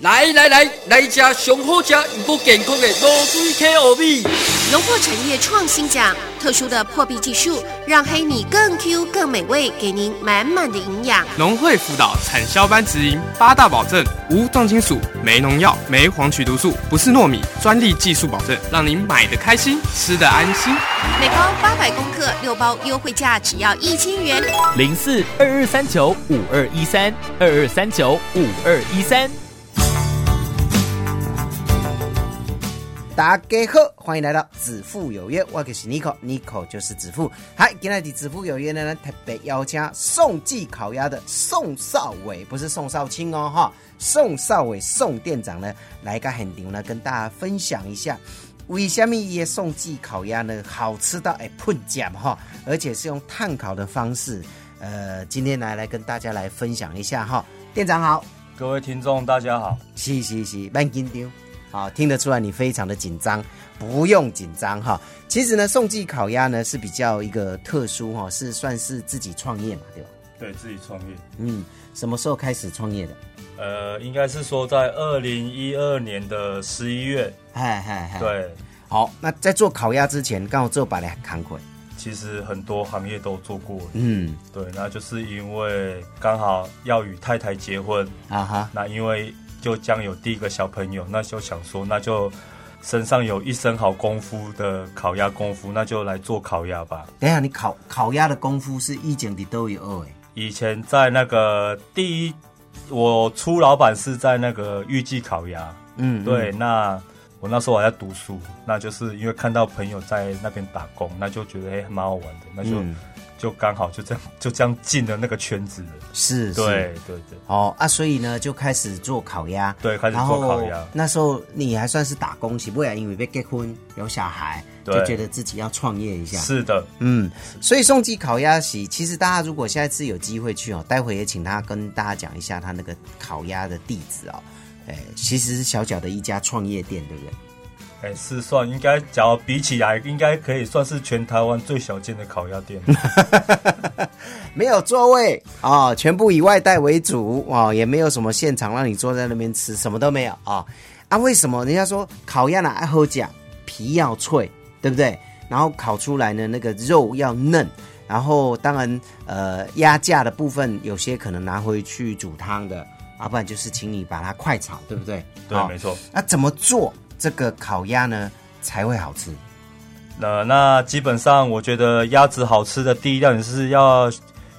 来来来，来吃上好吃又够健康的卤水溪糯米。荣获产业创新奖，特殊的破壁技术让黑米更 Q 更美味，给您满满的营养。农会辅导产销班直营八大保证：无重金属、没农药、没黄曲毒素，不是糯米，专利技术保证，让您买的开心，吃的安心。每包八百公克，六包优惠价只要一千元。零四二二三九五二一三二二三九五二一三。大家好，欢迎来到子父有约，我就是 Nico，Nico 就是子父。嗨，今天的子父有约呢，特别邀请宋记烤鸭的宋少伟，不是宋少卿哦哈，宋少伟宋店长呢来个很牛呢，跟大家分享一下。为什么伊的宋记烤鸭呢好吃到哎碰奖哈，而且是用炭烤的方式，呃，今天来来跟大家来分享一下哈。店长好，各位听众，大家好。是是是，慢紧张。好，听得出来你非常的紧张，不用紧张哈。其实呢，宋记烤鸭呢是比较一个特殊哈，是算是自己创业嘛，对吧？对自己创业，嗯，什么时候开始创业的？呃，应该是说在二零一二年的十一月。嗨嗨嗨，，对，好，那在做烤鸭之前，刚好做把两扛捆，其实很多行业都做过。嗯，对，那就是因为刚好要与太太结婚，啊哈，那因为就将有第一个小朋友，那就想说，那就身上有一身好功夫的烤鸭功夫，那就来做烤鸭吧。等一下你烤烤鸭的功夫是一剪的都有二哎，以前在那个第一，我初老板是在那个预计烤鸭，嗯，对，那我那时候还在读书，那就是因为看到朋友在那边打工，那就觉得哎、诶蛮好玩的，那就、嗯就刚好就这样就这样进了那个圈子了。是，对是，对对，哦啊，所以呢就开始做烤鸭，对开始做然后烤鸭那时候你还算是打工，起不然因为被结婚有小孩，就对觉得自己要创业一下，是的，嗯，所以宋记烤鸭席，其实大家如果下一次有机会去哦，待会也请他跟大家讲一下他那个烤鸭的地址哦。哎，其实是小小的一家创业店，对不对？哎、是算应该，假如比起来，应该可以算是全台湾最小间的烤鸭 店。没有座位哦，全部以外带为主哦，也没有什么现场让你坐在那边吃，什么都没有啊、哦啊，为什么人家说烤鸭呢爱喝酱，皮要脆，对不对？然后烤出来呢，那个肉要嫩。然后当然，呃，鸭架的部分有些可能拿回去煮汤的，啊，不然就是请你把它快炒，对不对？对哦，没错。那怎么做这个烤鸭呢才会好吃？呃，那基本上我觉得鸭子好吃的第一样是要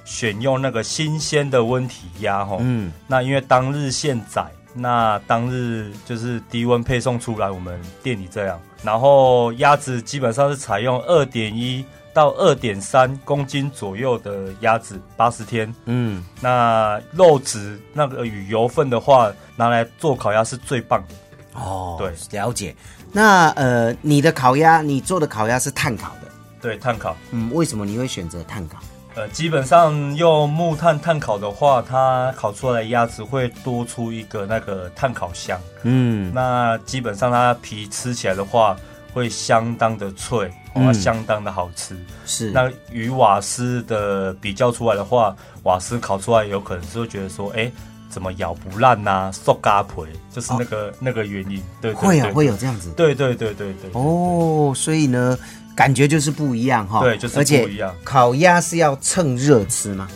选用那个新鲜的温体鸭吼。嗯，那因为当日现宰，那当日就是低温配送出来我们店里这样。然后鸭子基本上是采用二点一到二点三公斤左右的鸭子，八十天。嗯，那肉质那个与油分的话，拿来做烤鸭是最棒的。哦，对，了解。那呃，你的烤鸭，你做的烤鸭是炭烤的，对，炭烤。嗯，为什么你会选择炭烤？呃，基本上用木炭炭烤的话，它烤出来的鸭子会多出一个那个炭烤香。嗯，那基本上它皮吃起来的话，会相当的脆，哦、它嗯相当的好吃。是，那与瓦斯的比较出来的话，瓦斯烤出来有可能是会觉得说，哎、怎么咬不烂呐、啊，受嘎皮，就是那个、那个原因。对对哦会有对会有这样子，对对对对对。哦，所以呢，感觉就是不一样哈。对就是而且不一样烤鸭是要趁热吃吗？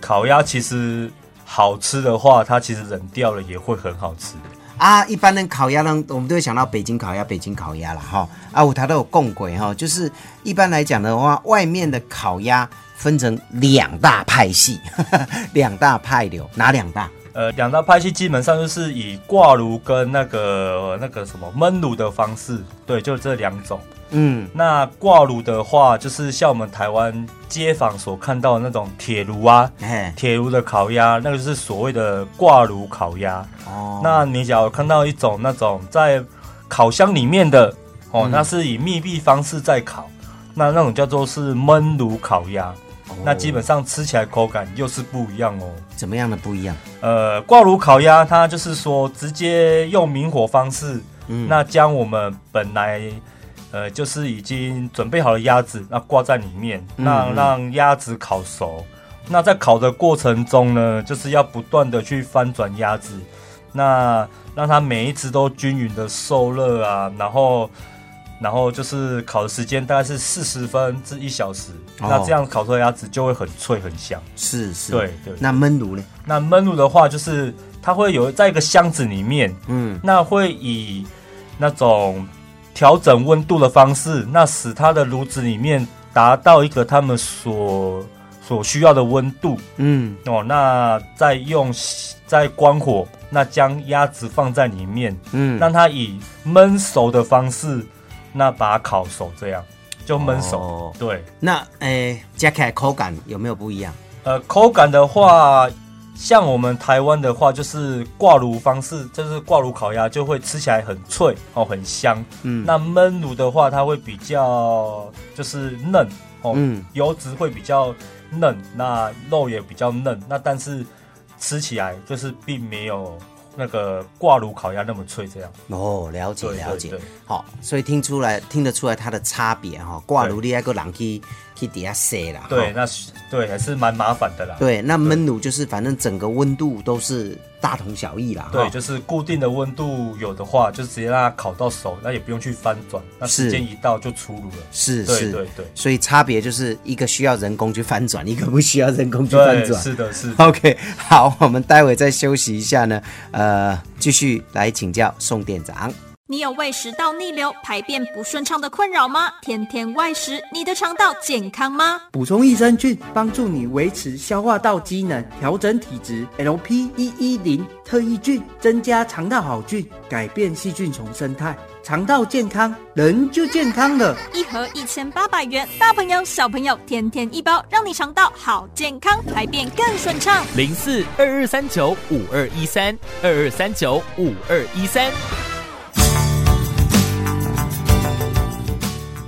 烤鸭其实好吃的话，它其实冷掉了也会很好吃。啊，一般人烤鸭呢，我们都会想到北京烤鸭，北京烤鸭啦，哈。啊，我它都有共轨哈，就是一般来讲的话，外面的烤鸭分成两大派系， 两大派流，哪两大？呃，两大派系基本上就是以挂炉跟那个那个什么焖炉的方式，对，就这两种。嗯，那挂炉的话，就是像我们台湾街坊所看到的那种铁炉啊，哎，铁炉的烤鸭，那个就是所谓的挂炉烤鸭。哦，那你假如看到一种那种在烤箱里面的哦，那是以密闭方式在烤，那那种叫做是焖炉烤鸭。那基本上吃起来口感又是不一样哦。怎么样的不一样？呃，挂炉烤鸭它就是说直接用明火方式，嗯那将我们本来呃就是已经准备好的鸭子，那挂在里面，嗯让让鸭子烤熟。那在烤的过程中呢，就是要不断的去翻转鸭子，那让它每一只都均匀的受热啊，然后。然后就是烤的时间大概是四十分至一小时，哦那这样烤出来的鸭子就会很脆很香。是是，对对那焖炉呢？那焖炉的话，就是它会有在一个箱子里面，嗯，那会以那种调整温度的方式，那使它的炉子里面达到一个他们所所需要的温度嗯，哦。那再用再关火，那将鸭子放在里面，嗯让它以焖熟的方式，那把它烤熟，这样就焖熟。哦对，那诶，加起来口感有没有不一样？呃，口感的话，像我们台湾的话，就是挂炉方式，就是挂炉烤鸭就会吃起来很脆哦，很香。嗯那焖炉的话，它会比较就是嫩哦，嗯油脂会比较嫩，那肉也比较嫩，那但是吃起来就是并没有那个挂炉烤鸭那么脆这样。哦，了解对对了解对，好，所以听出来听得出来它的差别哈，挂炉你还个人去去底下洗啦，对，哈那是对还是蛮麻烦的啦。对，那焖炉就是反正整个温度都是大同小异啦，对，哈就是固定的温度有的话，就直接让它烤到熟，那也不用去翻转，那是时间一到就出炉了。是对是，对对所以差别就是一个需要人工去翻转，一个不需要人工去翻转，是的，是 的。OK，好，我们待会再休息一下呢，呃，继续来请教宋店长。你有胃食道逆流、排便不顺畅的困扰吗？天天外食，你的肠道健康吗？补充益生菌，帮助你维持消化道机能，调整体质。LP 一一零特异菌增加肠道好菌，改变细菌丛生态，肠道健康，人就健康了。一盒一千八百元，大朋友小朋友天天一包，让你肠道好健康，排便更顺畅。零四二二三九五二一三二二三九五二一三。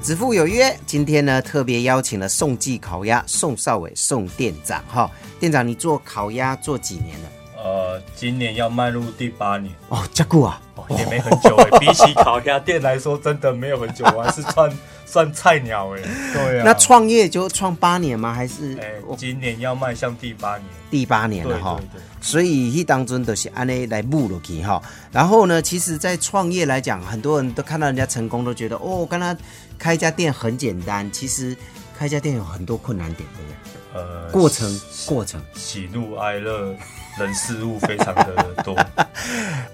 子父有约，今天呢特别邀请了宋记烤鸭宋少伟宋店长哈，店长你做烤鸭做几年了？呃，今年要迈入第八年，哦，加固啊，哦、也没很久 哎、比起烤鸭店来说，真的没有很久，我还是算 算菜鸟哎、对啊，那创业就创八年吗？还是哎、哦今年要迈向第八年，第八年对了哈对？对。所以一当中都是按呢来募落去哈。然后呢，其实，在创业来讲，很多人都看到人家成功，都觉得哦，跟他开一家店很简单。其实开一家店有很多困难点，对不对？呃，过程喜过程，喜怒哀乐，人事物非常的多。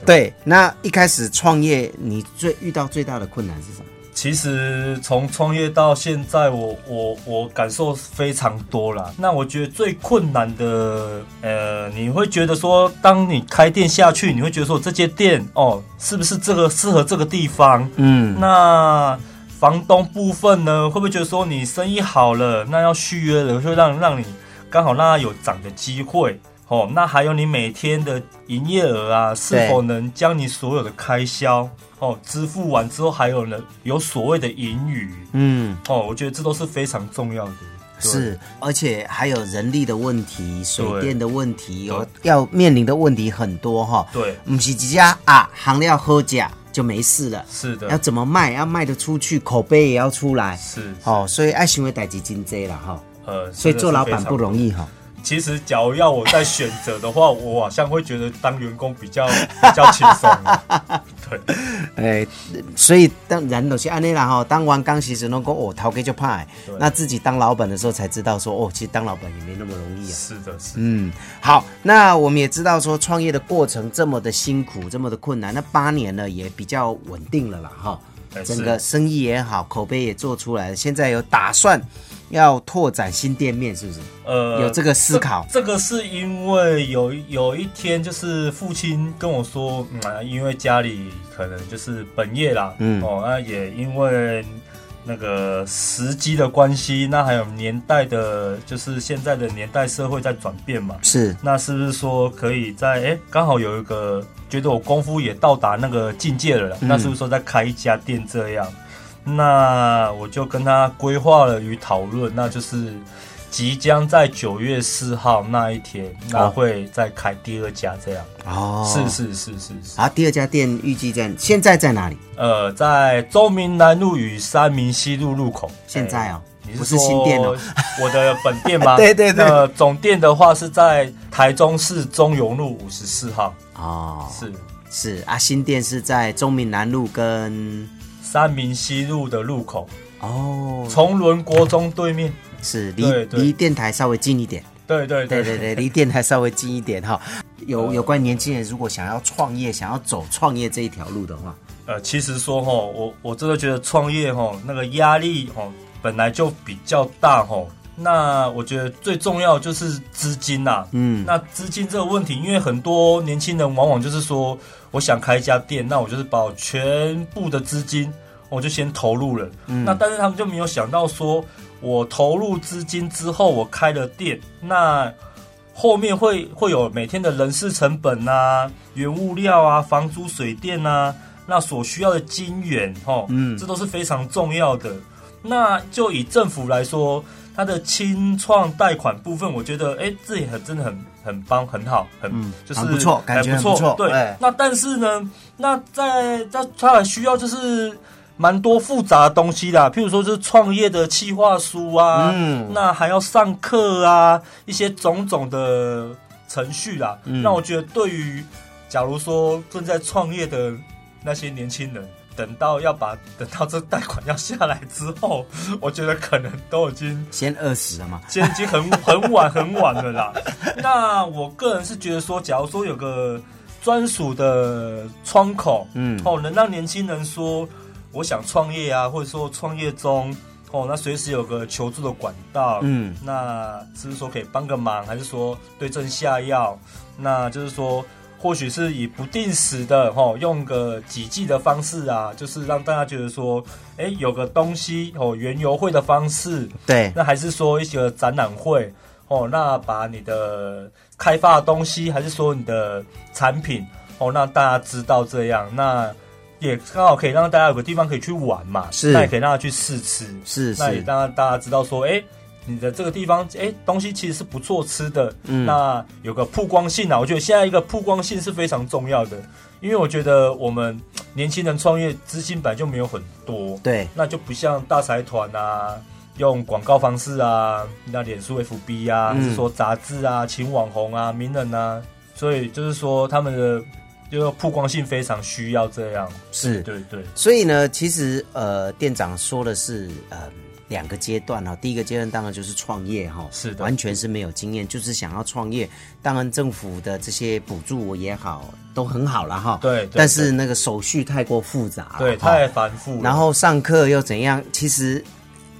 对。那一开始创业，你最遇到最大的困难是什么？其实从创业到现在我，我我感受非常多啦。那我觉得最困难的，呃，你会觉得说，当你开店下去，你会觉得说，这间店哦，是不是这个适合这个地方？嗯，那房东部分呢，会不会觉得说你生意好了，那要续约了，就让让你刚好让他有涨的机会哦？那还有你每天的营业额啊，是否能将你所有的开销哦支付完之后，还有呢有所谓的盈余嗯，哦？我觉得这都是非常重要的。对是，而且还有人力的问题、水对电的问题，有要面临的问题很多哈。对不是几家啊，行料喝假就没事了。是的，要怎么卖？要卖得出去，口碑也要出来。是哦，所以爱行为代志真多啦哈，呃，所以做老板不易。容易哈。其实，假如要我再选择的话，我好像会觉得当员工比较比较轻松 啊。对。哎、所以当然都是安尼啦哈。当完刚其实能够哦，头给就怕。对那自己当老板的时候才知道说哦，其实当老板也没那么容易啊。是的，是的嗯，好，那我们也知道说创业的过程这么的辛苦，这么的困难，那八年呢也比较稳定了啦哈。哎整是个生意也好，口碑也做出来了，现在有打算要拓展新店面，是不是？呃有这个思考这。这个是因为有有一天，就是父亲跟我说，嗯、啊因为家里可能就是本业啦，嗯哦，那、也因为那个时机的关系，那还有年代的，就是现在的年代社会在转变嘛，是，那是不是说可以在哎刚好有一个觉得我功夫也到达那个境界了啦，嗯那是不是说再开一家店这样？那我就跟他规划了与讨论，那就是即将在九月四号那一天，那会再开第二家这样。哦是是是是是。好，第二家店预计在现在在哪里？呃，在中明南路与三民西路路口。现在哦哎不是新店哦，我的本店 吗？对对对呃，总店的话是在台中市中永路五十四号。哦，是是啊，新店是在中民南路跟三民西路的路口，哦，崇伦国中对面。是离对对离电台稍微近一点。对对对对对 对，离电台稍微近一点哈。有有关年轻人如果想要创业，想要走创业这一条路的话，呃，其实说哈，我我真的觉得创业哈，那个压力哦，本来就比较大哈。那我觉得最重要就是资金呐、嗯那资金这个问题，因为很多年轻人往往就是说，我想开一家店，那我就是把我全部的资金，我就先投入了。嗯那但是他们就没有想到说，我投入资金之后，我开了店，那后面会会有每天的人事成本啊、原物料啊、房租、水电啊，那所需要的金源哦，嗯这都是非常重要的。那就以政府来说，它的清创贷款部分，我觉得哎，这也很真的很很棒，很好，很、嗯就是很不错感觉很很不错对，哎那但是呢，那在它它还需要就是。蛮多复杂的东西啦，譬如说就是创业的企划书啊，嗯那还要上课啊，一些种种的程序啦，嗯让我觉得对于假如说正在创业的那些年轻人，等到要把等到这贷款要下来之后，我觉得可能都已经先饿死了嘛。现在已经很很晚很晚了 啦。那我个人是觉得说，假如说有个专属的窗口，嗯哦，能让年轻人说我想创业啊，或者说创业中，哦，那随时有个求助的管道，嗯那是不是说可以帮个忙，还是说对症下药？那就是说。或许是以不定时的吼、哦，用个几季的方式啊，就是让大家觉得说，哎、有个东西哦，原油会的方式，对，那还是说一些展览会哦，那把你的开发的东西，还是说你的产品哦，让大家知道这样，那也刚好可以让大家有个地方可以去玩嘛，是那也可以让他去试吃，是那也是，让大家知道说，哎、你的这个地方，哎、东西其实是不错吃的，嗯那有个曝光性啊，我觉得现在一个曝光性是非常重要的，因为我觉得我们年轻人创业资金本来就没有很多，对，那就不像大财团啊，用广告方式啊，那脸书 FB 啊，嗯还是说杂志啊，请网红啊、名人啊，所以就是说他们的就是曝光性非常需要这样。是。对对，所以呢，其实呃，店长说的是呃两个阶段哦。第一个阶段当然就是创业哈、是的完全是没有经验，就是想要创业。当然政府的这些补助也好，都很好了哈、对对但是那个手续太过复杂了，对，哈太繁复了。啊然后上课又怎样？其实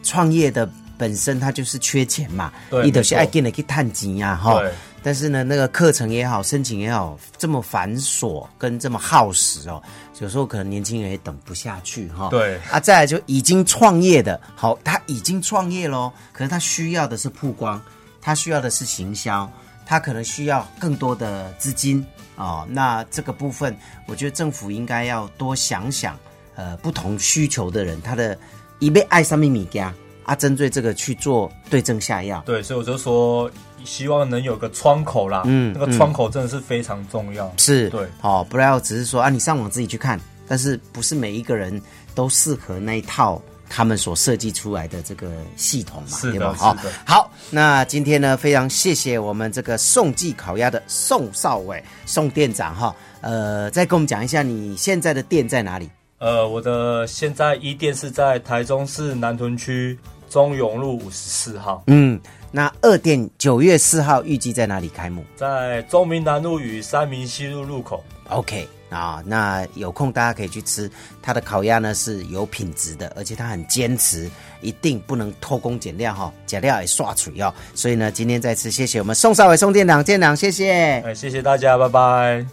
创业的本身它就是缺钱嘛，对你都是没错爱跟你去探钱呀，哈对。但是呢，那个课程也好，申请也好，这么繁琐跟这么耗时哦，有时候可能年轻人也等不下去哈、对啊，再来就已经创业的，好，他已经创业喽，可是他需要的是曝光，他需要的是行销，他可能需要更多的资金哦。那这个部分，我觉得政府应该要多想想，呃，不同需求的人他的一被爱上面米家啊，针对这个去做对症下药。对，所以我就说，希望能有个窗口啦。嗯那个窗口真的是非常重要。是，对哦，不要只是说啊，你上网自己去看，但是不是每一个人都适合那一套他们所设计出来的这个系统嘛？是的对吧？是好的，好，那今天呢，非常谢谢我们这个宋记烤鸭的宋少伟宋店长哈、呃，再跟我们讲一下你现在的店在哪里？呃，我的现在一店是在台中市南屯区中永路五十四号，嗯，那二店九月四号预计在哪里开幕在中民南路与三民西路路口。 ？OK。啊、那有空大家可以去吃它的烤鸭呢，是有品质的，而且它很坚持，一定不能偷工减料哈、减料也刷水哦。所以呢，今天再次谢谢我们宋少伟宋店长，店长谢谢。哎，谢谢大家，拜拜。